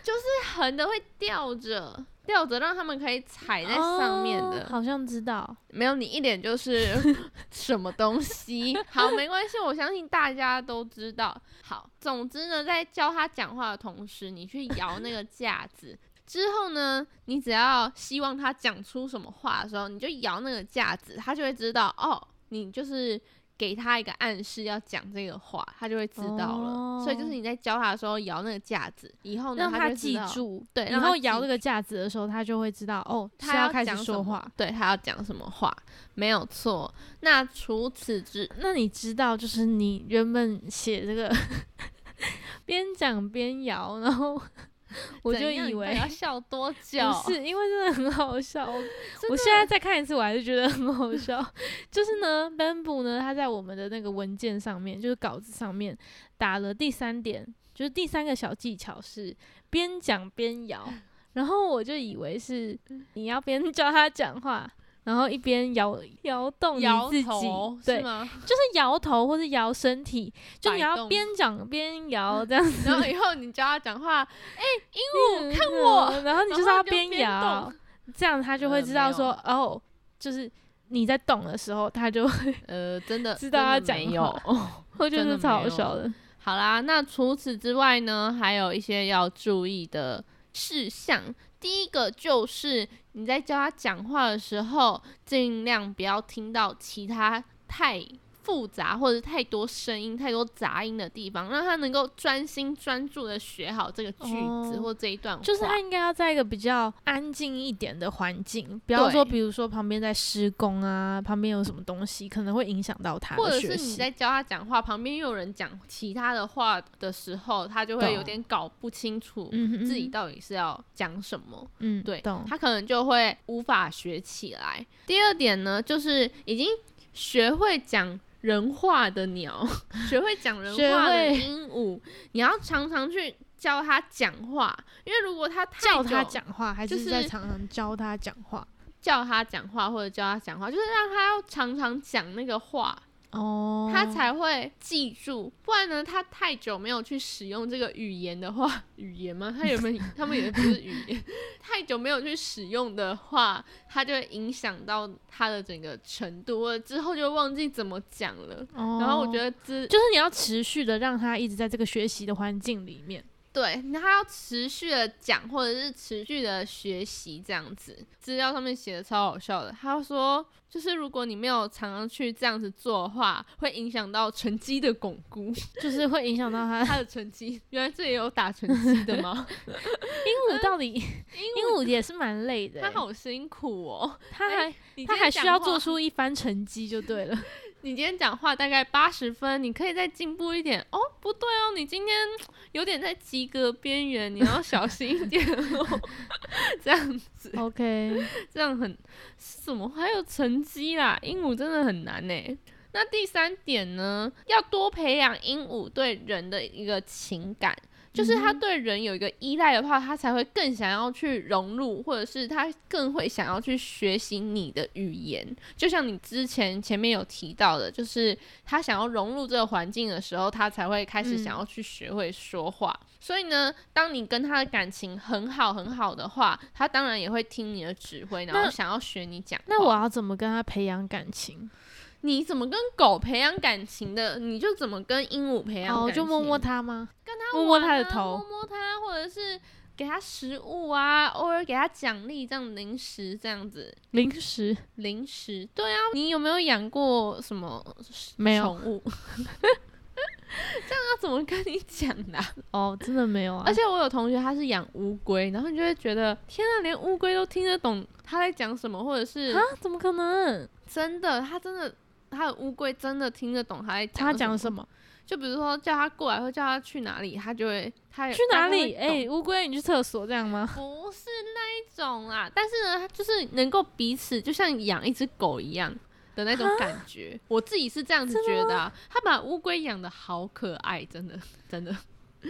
[SPEAKER 1] 就是横的会吊着，吊着让他们可以踩在上面的。
[SPEAKER 2] 哦好像知道。
[SPEAKER 1] 没有，你一脸就是 什么东西。好，没关系，我相信大家都知道。好，总之呢，在教他讲话的同时，你去摇那个架子。之后呢，你只要希望他讲出什么话的时候，你就摇那个架子，他就会知道哦，你就是给他一个暗示要讲这个话，他就会知道了。所以就是
[SPEAKER 2] 哦
[SPEAKER 1] 你在教他的时候摇那个架子，以后呢
[SPEAKER 2] 让
[SPEAKER 1] 他
[SPEAKER 2] 他
[SPEAKER 1] 就知
[SPEAKER 2] 记
[SPEAKER 1] 道，
[SPEAKER 2] 住，
[SPEAKER 1] 对，
[SPEAKER 2] 以
[SPEAKER 1] 让他
[SPEAKER 2] 后
[SPEAKER 1] 记
[SPEAKER 2] 摇这个架子的时候，他就会知道哦，是
[SPEAKER 1] 他要
[SPEAKER 2] 开始
[SPEAKER 1] 讲什
[SPEAKER 2] 说
[SPEAKER 1] 么
[SPEAKER 2] 话。
[SPEAKER 1] 对他要讲什么话，没有错。那除此之，
[SPEAKER 2] 那你知道，就是你原本写这个 边讲边摇，然后 我就
[SPEAKER 1] 怎样
[SPEAKER 2] 以
[SPEAKER 1] 你到底
[SPEAKER 2] 为
[SPEAKER 1] 要笑多久？
[SPEAKER 2] 不是，因为真的很好笑。我
[SPEAKER 1] 真的
[SPEAKER 2] 我
[SPEAKER 1] 欸
[SPEAKER 2] 现在再看一次，我还是觉得很好笑。 就是呢，Bamboo 呢，他在我们的那个文件上面，就是稿子上面打了第三点，就是第三个小技巧是边讲边摇。
[SPEAKER 1] 嗯
[SPEAKER 2] 然后我就以为是你要边 教他讲话，然后一边摇摇动你
[SPEAKER 1] 摇
[SPEAKER 2] 自己
[SPEAKER 1] 头，是
[SPEAKER 2] 对，
[SPEAKER 1] 吗？
[SPEAKER 2] 就是摇头或是摇身体，就你
[SPEAKER 1] 摆
[SPEAKER 2] 要
[SPEAKER 1] 动嗯
[SPEAKER 2] 边讲边摇这样子。
[SPEAKER 1] 然后以后你教他讲话，
[SPEAKER 2] 鹦鹉看
[SPEAKER 1] 我，
[SPEAKER 2] 嗯然后 你
[SPEAKER 1] 然
[SPEAKER 2] 就是
[SPEAKER 1] 后
[SPEAKER 2] 要
[SPEAKER 1] 就
[SPEAKER 2] 边
[SPEAKER 1] 边
[SPEAKER 2] 摇
[SPEAKER 1] 动，
[SPEAKER 2] 这样他就
[SPEAKER 1] 呃
[SPEAKER 2] 会
[SPEAKER 1] 没
[SPEAKER 2] 知道说、哦，就是你在动的时候，他就会
[SPEAKER 1] 呃，真的
[SPEAKER 2] 知道
[SPEAKER 1] 真
[SPEAKER 2] 要
[SPEAKER 1] 的
[SPEAKER 2] 讲
[SPEAKER 1] 没
[SPEAKER 2] 话
[SPEAKER 1] 有。
[SPEAKER 2] 我觉
[SPEAKER 1] 真
[SPEAKER 2] 得
[SPEAKER 1] 的
[SPEAKER 2] 超
[SPEAKER 1] 没
[SPEAKER 2] 好
[SPEAKER 1] 有
[SPEAKER 2] 笑的。
[SPEAKER 1] 好啦，那除此之外呢，还有一些要注意的事项。第一个就是你在教他讲话的时候，尽量不要听到其他太复杂或者太多声音、太多杂音的地方，让他能够专心专注的学好这个句子
[SPEAKER 2] 哦
[SPEAKER 1] 或这一段话。
[SPEAKER 2] 就是他应该要在一个比较安静一点的环境，不要说
[SPEAKER 1] 对
[SPEAKER 2] 比如说旁边在施工啊，旁边有什么东西可能会影响到他
[SPEAKER 1] 或者
[SPEAKER 2] 的
[SPEAKER 1] 是
[SPEAKER 2] 学
[SPEAKER 1] 你
[SPEAKER 2] 习。
[SPEAKER 1] 在教他讲话，旁边又有人讲其他的话的时候，他就会有
[SPEAKER 2] 懂
[SPEAKER 1] 点搞不清楚
[SPEAKER 2] 嗯哼
[SPEAKER 1] 自己
[SPEAKER 2] 嗯
[SPEAKER 1] 到底是要讲什么。
[SPEAKER 2] 嗯
[SPEAKER 1] 对
[SPEAKER 2] 懂，
[SPEAKER 1] 他可能就会无法学起来。第二点呢，就是已经学会讲人话的鸟， 学会讲人
[SPEAKER 2] 学
[SPEAKER 1] 话的
[SPEAKER 2] 会
[SPEAKER 1] 鹦鹉，你要常常去教它讲话，因为如果它太
[SPEAKER 2] 教他
[SPEAKER 1] 久
[SPEAKER 2] 讲话，还
[SPEAKER 1] 就是
[SPEAKER 2] 在
[SPEAKER 1] 是
[SPEAKER 2] 常常教他讲话。
[SPEAKER 1] 叫它讲话或者教它讲话，就是让它要常常讲那个话，
[SPEAKER 2] 哦，
[SPEAKER 1] 它才会记住。不然呢，它太久没有去使用这个语言的话， 语言吗？它原本他们也不是语言，太久没有去使用的话，它就会影响到它的整个程度，或者之后就忘记怎么讲了。
[SPEAKER 2] 哦
[SPEAKER 1] 然后我觉得这
[SPEAKER 2] 就是你要持续的让他一直在这个学习的环境里面。
[SPEAKER 1] 对，他要持续的讲，或者是持续的学习这样子。资料上面写的超好笑的，他说就是如果你没有常常去这样子做的话，会影响到成绩的巩固。
[SPEAKER 2] 就是会影响到 他。
[SPEAKER 1] 他的成绩，原来这也有打成绩的 吗？
[SPEAKER 2] 鹦鹉到底，鹦鹉也是蛮累的欸、
[SPEAKER 1] 他好辛苦哦，
[SPEAKER 2] 他还
[SPEAKER 1] 你今
[SPEAKER 2] 他
[SPEAKER 1] 天
[SPEAKER 2] 还需要
[SPEAKER 1] 讲话
[SPEAKER 2] 做出一番成绩就对了。
[SPEAKER 1] 你今天讲话大概八十分，你可以再进步一点哦。不对哦，你今天有点在及格边缘，你要小心一点 哦。这样子，
[SPEAKER 2] OK，
[SPEAKER 1] 这样很什么？还有成绩啦，鹦鹉真的很难呢。那第三点呢，要多培养鹦鹉对人的一个情感，就是它对人有一个依赖的话，它才会更想要去融入，或者是它更会想要去学习你的语言。就像你之前前面有提到的，就是它想要融入这个环境的时候，它才会开始
[SPEAKER 2] 嗯
[SPEAKER 1] 想要去学会说话。所以呢，当你跟它的感情很好很好的话，它当然也会听你的指挥，然后
[SPEAKER 2] 那
[SPEAKER 1] 想要学你讲话。
[SPEAKER 2] 那我要怎么跟他培养感情？
[SPEAKER 1] 你怎么跟狗培养感情的，你就怎么跟鹦鹉培养感情。
[SPEAKER 2] 哦，就摸摸它吗？
[SPEAKER 1] 跟它
[SPEAKER 2] 摸摸
[SPEAKER 1] 玩啊
[SPEAKER 2] 它的头
[SPEAKER 1] 摸摸它，或者是给它食物啊，偶尔给它奖励，这样零食这样子。
[SPEAKER 2] 零食
[SPEAKER 1] 零食，对啊，你有没有养过什么
[SPEAKER 2] 没有
[SPEAKER 1] 宠物？ 这样要怎么跟你讲呢、
[SPEAKER 2] 哦，真的没有啊。
[SPEAKER 1] 而且我有同学他是养乌龟，然后你就会觉得天啊，连乌龟都听得懂他在讲什么，或者是
[SPEAKER 2] 啊，怎么可能？
[SPEAKER 1] 真的，他真的他的乌龟真的听得懂他在讲
[SPEAKER 2] 他讲
[SPEAKER 1] 么
[SPEAKER 2] 什么？
[SPEAKER 1] 就比如说叫他过来，或叫他去哪里，他就会他也
[SPEAKER 2] 去哪
[SPEAKER 1] 大概
[SPEAKER 2] 里？
[SPEAKER 1] 会懂
[SPEAKER 2] 哎，乌龟，你去厕所这样吗？
[SPEAKER 1] 不是那一种啦。但是呢，他就是能够彼此就像养一只狗一样的那种感觉。我自己是这样子觉得、啊，他把乌龟养的好可爱，真的真的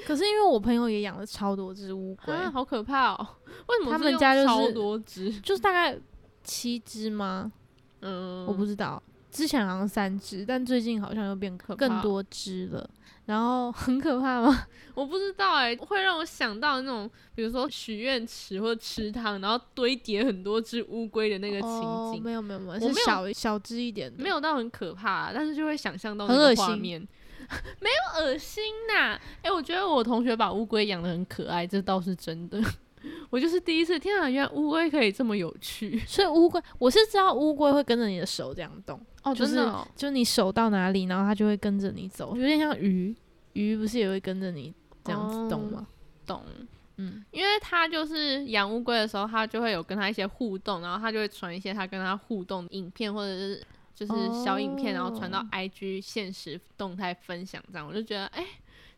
[SPEAKER 2] 可是因为我朋友也养了超多只乌龟，
[SPEAKER 1] 啊，好可怕哦！为什么
[SPEAKER 2] 他
[SPEAKER 1] 是
[SPEAKER 2] 们
[SPEAKER 1] 用
[SPEAKER 2] 家就是
[SPEAKER 1] 超多只？
[SPEAKER 2] 就是大概七只吗？
[SPEAKER 1] 嗯，
[SPEAKER 2] 我不知道，之前好像三只，但最近好像又变
[SPEAKER 1] 可怕
[SPEAKER 2] 更多只了。然后很可怕吗？
[SPEAKER 1] 我不知道哎、会让我想到那种，比如说许愿池或池塘，然后堆叠很多只乌龟的那个情
[SPEAKER 2] 哦，
[SPEAKER 1] 景。
[SPEAKER 2] 没有没有没有，
[SPEAKER 1] 没有
[SPEAKER 2] 是小小只一点的，
[SPEAKER 1] 没有到很可怕啊、但是就会想象到
[SPEAKER 2] 很
[SPEAKER 1] 那个
[SPEAKER 2] 恶
[SPEAKER 1] 画
[SPEAKER 2] 心
[SPEAKER 1] 面， 没有恶心呐、诶，我觉得我同学把乌龟养的很可爱，这倒是真的。 我就是第一次，天啊，原来乌龟可以这么有趣
[SPEAKER 2] 所以乌龟，我是知道乌龟会跟着你的手这样动，
[SPEAKER 1] 哦
[SPEAKER 2] 就是
[SPEAKER 1] 真的哦
[SPEAKER 2] 就是你手到哪里，然后它就会跟着你走，有点像鱼，鱼不是也会跟着你这样子动吗？
[SPEAKER 1] 懂。
[SPEAKER 2] 嗯，
[SPEAKER 1] 因为他就是养乌龟的时候，他就会有跟他一些互动，然后他就会传一些他跟他互动的影片，或者是就是小影片，然后传到
[SPEAKER 2] 哦
[SPEAKER 1] IG 现实动态分享这样，我就觉得哎、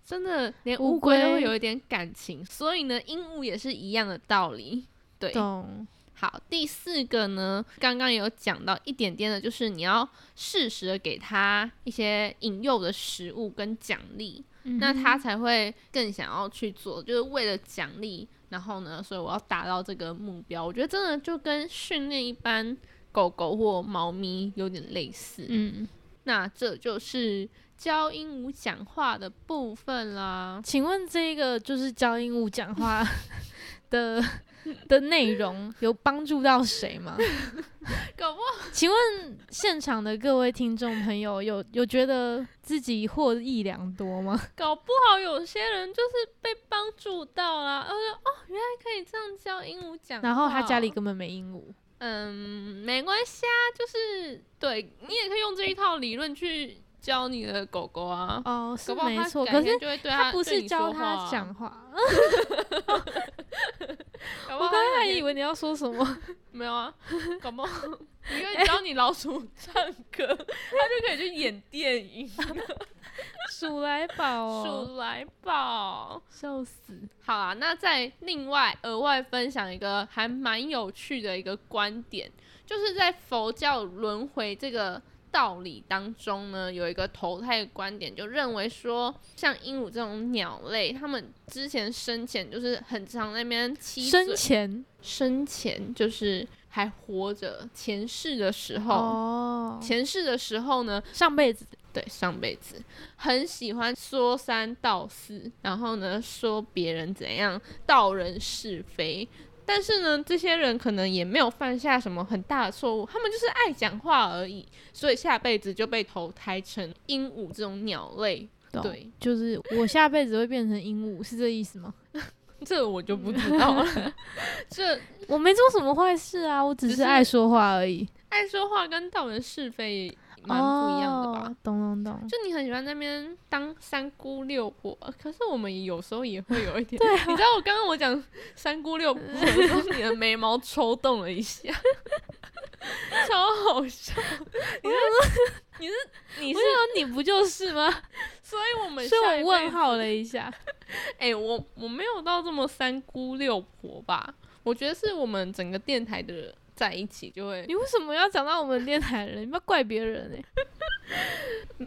[SPEAKER 1] 真的连
[SPEAKER 2] 乌
[SPEAKER 1] 乌龟都
[SPEAKER 2] 龟
[SPEAKER 1] 会有一点感情，所以呢，鹦鹉也是一样的道理。对，
[SPEAKER 2] 懂。
[SPEAKER 1] 好，第四个呢，刚刚有讲到一点点的，就是你要适时的给它一些引诱的食物跟奖励，
[SPEAKER 2] 嗯
[SPEAKER 1] 那它才会更想要去做，就是为了奖励。然后呢，所以我要达到这个目标，我觉得真的就跟训练一般狗狗或猫咪有点类似。
[SPEAKER 2] 嗯，
[SPEAKER 1] 那这就是教鹦鹉讲话的部分 啦。
[SPEAKER 2] 请问这个就是教鹦鹉讲话 的的内容有帮助到谁吗？
[SPEAKER 1] 搞不好
[SPEAKER 2] 请问现场的各位听众朋友，有有觉得自己获益良多吗？
[SPEAKER 1] 搞不好有些人就是被帮助到啦，而且哦，原来可以这样教鹦鹉讲话哦。
[SPEAKER 2] 然后他家里根本没鹦鹉，
[SPEAKER 1] 嗯，没关系啊，就是对你也可以用这一套理论去教你的狗狗啊。搞
[SPEAKER 2] 哦，是
[SPEAKER 1] 不好
[SPEAKER 2] 没
[SPEAKER 1] 它
[SPEAKER 2] 错，
[SPEAKER 1] 改
[SPEAKER 2] 可
[SPEAKER 1] 天
[SPEAKER 2] 是
[SPEAKER 1] 就会对
[SPEAKER 2] 他不
[SPEAKER 1] 对
[SPEAKER 2] 是
[SPEAKER 1] 你
[SPEAKER 2] 教
[SPEAKER 1] 说话
[SPEAKER 2] 他
[SPEAKER 1] 啊，
[SPEAKER 2] 讲话，
[SPEAKER 1] 搞不好
[SPEAKER 2] 我刚刚
[SPEAKER 1] 它
[SPEAKER 2] 还
[SPEAKER 1] 改天
[SPEAKER 2] 以为你要说什 么，
[SPEAKER 1] 没有啊，搞不 好你可以教你老鼠唱歌，它就可以去演电影。
[SPEAKER 2] 鼠来宝哦，
[SPEAKER 1] 鼠来宝，
[SPEAKER 2] 笑死！
[SPEAKER 1] 好啊，那再另外额外分享一个还蛮有趣的一个观点，就是在佛教轮回这个道理当中呢，有一个投胎的观点，就认为说，像鹦鹉这种鸟类，它们之前生前就是很常在那边七
[SPEAKER 2] 生前
[SPEAKER 1] 生前就是还活着前世的时候，
[SPEAKER 2] 哦，
[SPEAKER 1] 前世的时候呢，
[SPEAKER 2] 上辈子
[SPEAKER 1] 对，上辈子很喜欢说三道四，然后呢说别人怎样道人是非。但是呢，这些人可能也没有犯下什么很大的错误，他们就是爱讲话而已，所以下辈子就被投胎成鹦鹉这种鸟类。
[SPEAKER 2] 懂
[SPEAKER 1] 对，
[SPEAKER 2] 就是我下辈子会变成鹦鹉，是这意思吗？
[SPEAKER 1] 这我就不 知道了。这
[SPEAKER 2] 我没做什么坏事啊，我只
[SPEAKER 1] 只
[SPEAKER 2] 是
[SPEAKER 1] 是
[SPEAKER 2] 爱说话而已，
[SPEAKER 1] 爱说话跟道人是非也蛮不一样的吧？
[SPEAKER 2] 哦？懂懂懂，
[SPEAKER 1] 就你很喜欢在那边当三姑六婆，呃可是我们也有时候也会有一点。对、
[SPEAKER 2] 啊
[SPEAKER 1] 你知道我刚刚我讲三姑六婆的时候，你的眉毛抽动了一下，超好笑。你你是你
[SPEAKER 2] 我
[SPEAKER 1] 是，
[SPEAKER 2] 想你不就是吗？
[SPEAKER 1] 所以我们
[SPEAKER 2] 所以
[SPEAKER 1] 下一辈
[SPEAKER 2] 我问
[SPEAKER 1] 子
[SPEAKER 2] 号了一下，
[SPEAKER 1] 哎、我我没有到这么三姑六婆吧？我觉得是我们整个电台的人在一起就会
[SPEAKER 2] 你为什么要讲到我们电台人？你不要怪别人哎、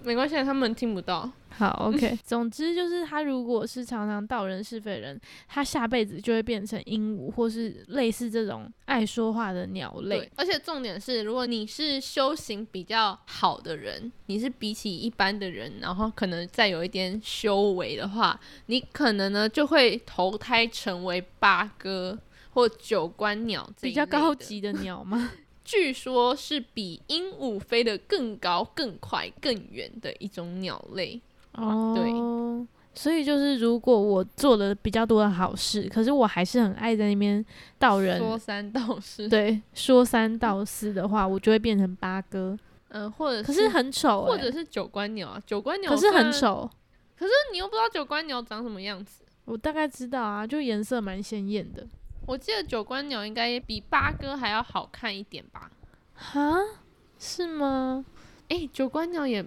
[SPEAKER 1] 没关系，啊他们听不到。
[SPEAKER 2] 好，OK。总之就是，他如果是常常道人是非的人，他下辈子就会变成鹦鹉，或是类似这种爱说话的鸟类
[SPEAKER 1] 对。，而且重点是，如果你是修行比较好的人，你是比起一般的人，然后可能再有一点修为的话，你可能呢就会投胎成为八哥或九官鸟这一
[SPEAKER 2] 比较
[SPEAKER 1] 类
[SPEAKER 2] 高
[SPEAKER 1] 的
[SPEAKER 2] 级的鸟吗？
[SPEAKER 1] 据说是比鹦鹉飞得更高、更快、更远的一种鸟类。
[SPEAKER 2] 哦，
[SPEAKER 1] 对
[SPEAKER 2] 所以就是，如果我做了比较多的好事，可是我还是很爱在那边道人，
[SPEAKER 1] 说 三道四，，
[SPEAKER 2] 对，说三道四的话，我就会变成八哥。
[SPEAKER 1] 嗯、或者
[SPEAKER 2] 可是很丑、欸，
[SPEAKER 1] 或者是九官鸟啊，九官鸟
[SPEAKER 2] 可是很
[SPEAKER 1] 虽然，
[SPEAKER 2] 丑，
[SPEAKER 1] 可是你又不知道九官鸟长什么样子。
[SPEAKER 2] 我大概知道啊，就颜色蛮鲜艳的。
[SPEAKER 1] 我记得九官鸟应该比八哥还要好看一点吧？
[SPEAKER 2] 哈，是吗？
[SPEAKER 1] 诶，九官鸟也，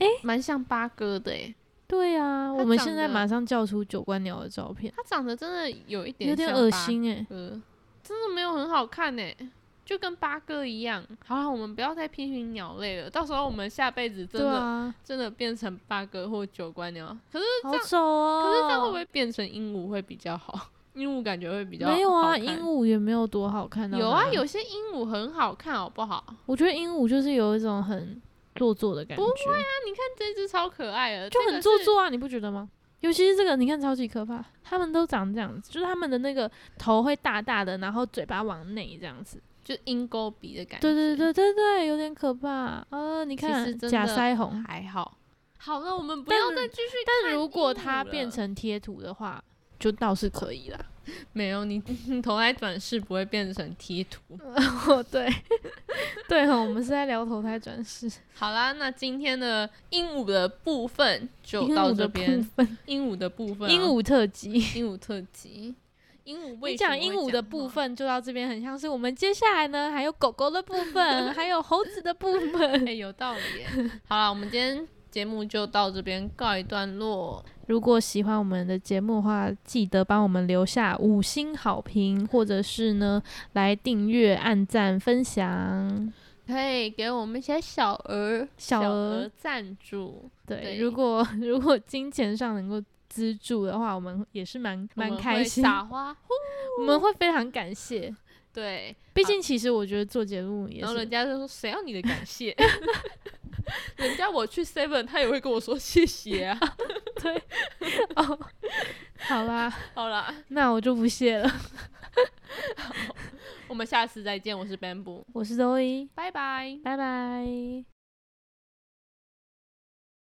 [SPEAKER 2] 诶
[SPEAKER 1] 蛮像八哥的诶，
[SPEAKER 2] 对啊，
[SPEAKER 1] 它
[SPEAKER 2] 我们
[SPEAKER 1] 长
[SPEAKER 2] 现在
[SPEAKER 1] 得
[SPEAKER 2] 马上叫出九官鸟的照片，
[SPEAKER 1] 它长得真的有一点
[SPEAKER 2] 有点
[SPEAKER 1] 像
[SPEAKER 2] 恶
[SPEAKER 1] 八
[SPEAKER 2] 心欸诶、
[SPEAKER 1] 哥，真的没有很好看诶，就跟八哥一样。好了，我们不要再批评鸟类了，到时候我们下辈子真
[SPEAKER 2] 对
[SPEAKER 1] 的、
[SPEAKER 2] 啊，
[SPEAKER 1] 真的变成八哥或九官鸟，可是
[SPEAKER 2] 好丑哦、
[SPEAKER 1] 可是这样会不会变成鹦鹉会比较好？鹦鹉感觉会比较
[SPEAKER 2] 没有
[SPEAKER 1] 好
[SPEAKER 2] 啊？
[SPEAKER 1] 看
[SPEAKER 2] 鹦鹉也没有多好看到
[SPEAKER 1] 有啊
[SPEAKER 2] 哪，
[SPEAKER 1] 有些鹦鹉很好看，好不好？那
[SPEAKER 2] 我觉得鹦鹉就是有一种很做作的感觉，
[SPEAKER 1] 不你看这只超可爱的，
[SPEAKER 2] 就
[SPEAKER 1] 这个
[SPEAKER 2] 很做
[SPEAKER 1] 是。
[SPEAKER 2] 作啊，你不觉得吗？尤其是这个，你看超级可怕，他们都长这样子，就是他们的那个头会大大的，然后嘴巴往内这样子。
[SPEAKER 1] 就鹰钩鼻的感觉。
[SPEAKER 2] 对对，对对对，有点可怕啊、你
[SPEAKER 1] 其
[SPEAKER 2] 看
[SPEAKER 1] 实真
[SPEAKER 2] 假
[SPEAKER 1] 的
[SPEAKER 2] 腮红，
[SPEAKER 1] 还好。好了，我们不
[SPEAKER 2] 但
[SPEAKER 1] 要再继续看鹦鹉了。
[SPEAKER 2] 但如果它变成贴图的话，就倒是可以啦。
[SPEAKER 1] 没有你， 你投胎转世不会变成贴图。
[SPEAKER 2] 哦，对， 对哦哈，我们是在聊投胎转世，
[SPEAKER 1] 好啦，那今天的鹦鹉的部分 就
[SPEAKER 2] 鹦
[SPEAKER 1] 到这
[SPEAKER 2] 鹉的部
[SPEAKER 1] 边。
[SPEAKER 2] 分，
[SPEAKER 1] 鹦鹉的部分啊，
[SPEAKER 2] 鹦鹉特辑。
[SPEAKER 1] 鹦鹉特辑，鹦鹉为
[SPEAKER 2] 你
[SPEAKER 1] 什么
[SPEAKER 2] 讲
[SPEAKER 1] 会啊
[SPEAKER 2] 鹦鹉的部
[SPEAKER 1] 话
[SPEAKER 2] 分就到这边，很像是我们接下来呢还有狗狗的部分，还有猴子的部
[SPEAKER 1] 哎、
[SPEAKER 2] 分。
[SPEAKER 1] 有道理耶。好了，我们今天节目就到这边告一段落。
[SPEAKER 2] 如果喜欢我们的节目的话，记得帮我们留下五星好评，或者是呢来订阅、按赞、分享。
[SPEAKER 1] 可以给我们一些小额、
[SPEAKER 2] 小额
[SPEAKER 1] 额赞助，
[SPEAKER 2] 对，
[SPEAKER 1] 对
[SPEAKER 2] 如果 如果金钱上能够资助的话，我们也是蛮
[SPEAKER 1] 我
[SPEAKER 2] 蛮
[SPEAKER 1] 们
[SPEAKER 2] 开
[SPEAKER 1] 会
[SPEAKER 2] 心，
[SPEAKER 1] 撒花。呼
[SPEAKER 2] 我们会非常感谢。
[SPEAKER 1] 对，
[SPEAKER 2] 毕竟，其实我觉得做节目也
[SPEAKER 1] 然后人
[SPEAKER 2] 是，
[SPEAKER 1] 家就说：“谁要你的感谢？” 人家我去 Seven，他也会跟我说谢谢啊。
[SPEAKER 2] 好啦，
[SPEAKER 1] 好啦，
[SPEAKER 2] 那我就不谢了。
[SPEAKER 1] 我们下次再见。我是 Bamboo，
[SPEAKER 2] 我是周一，
[SPEAKER 1] 拜拜。
[SPEAKER 2] 拜拜。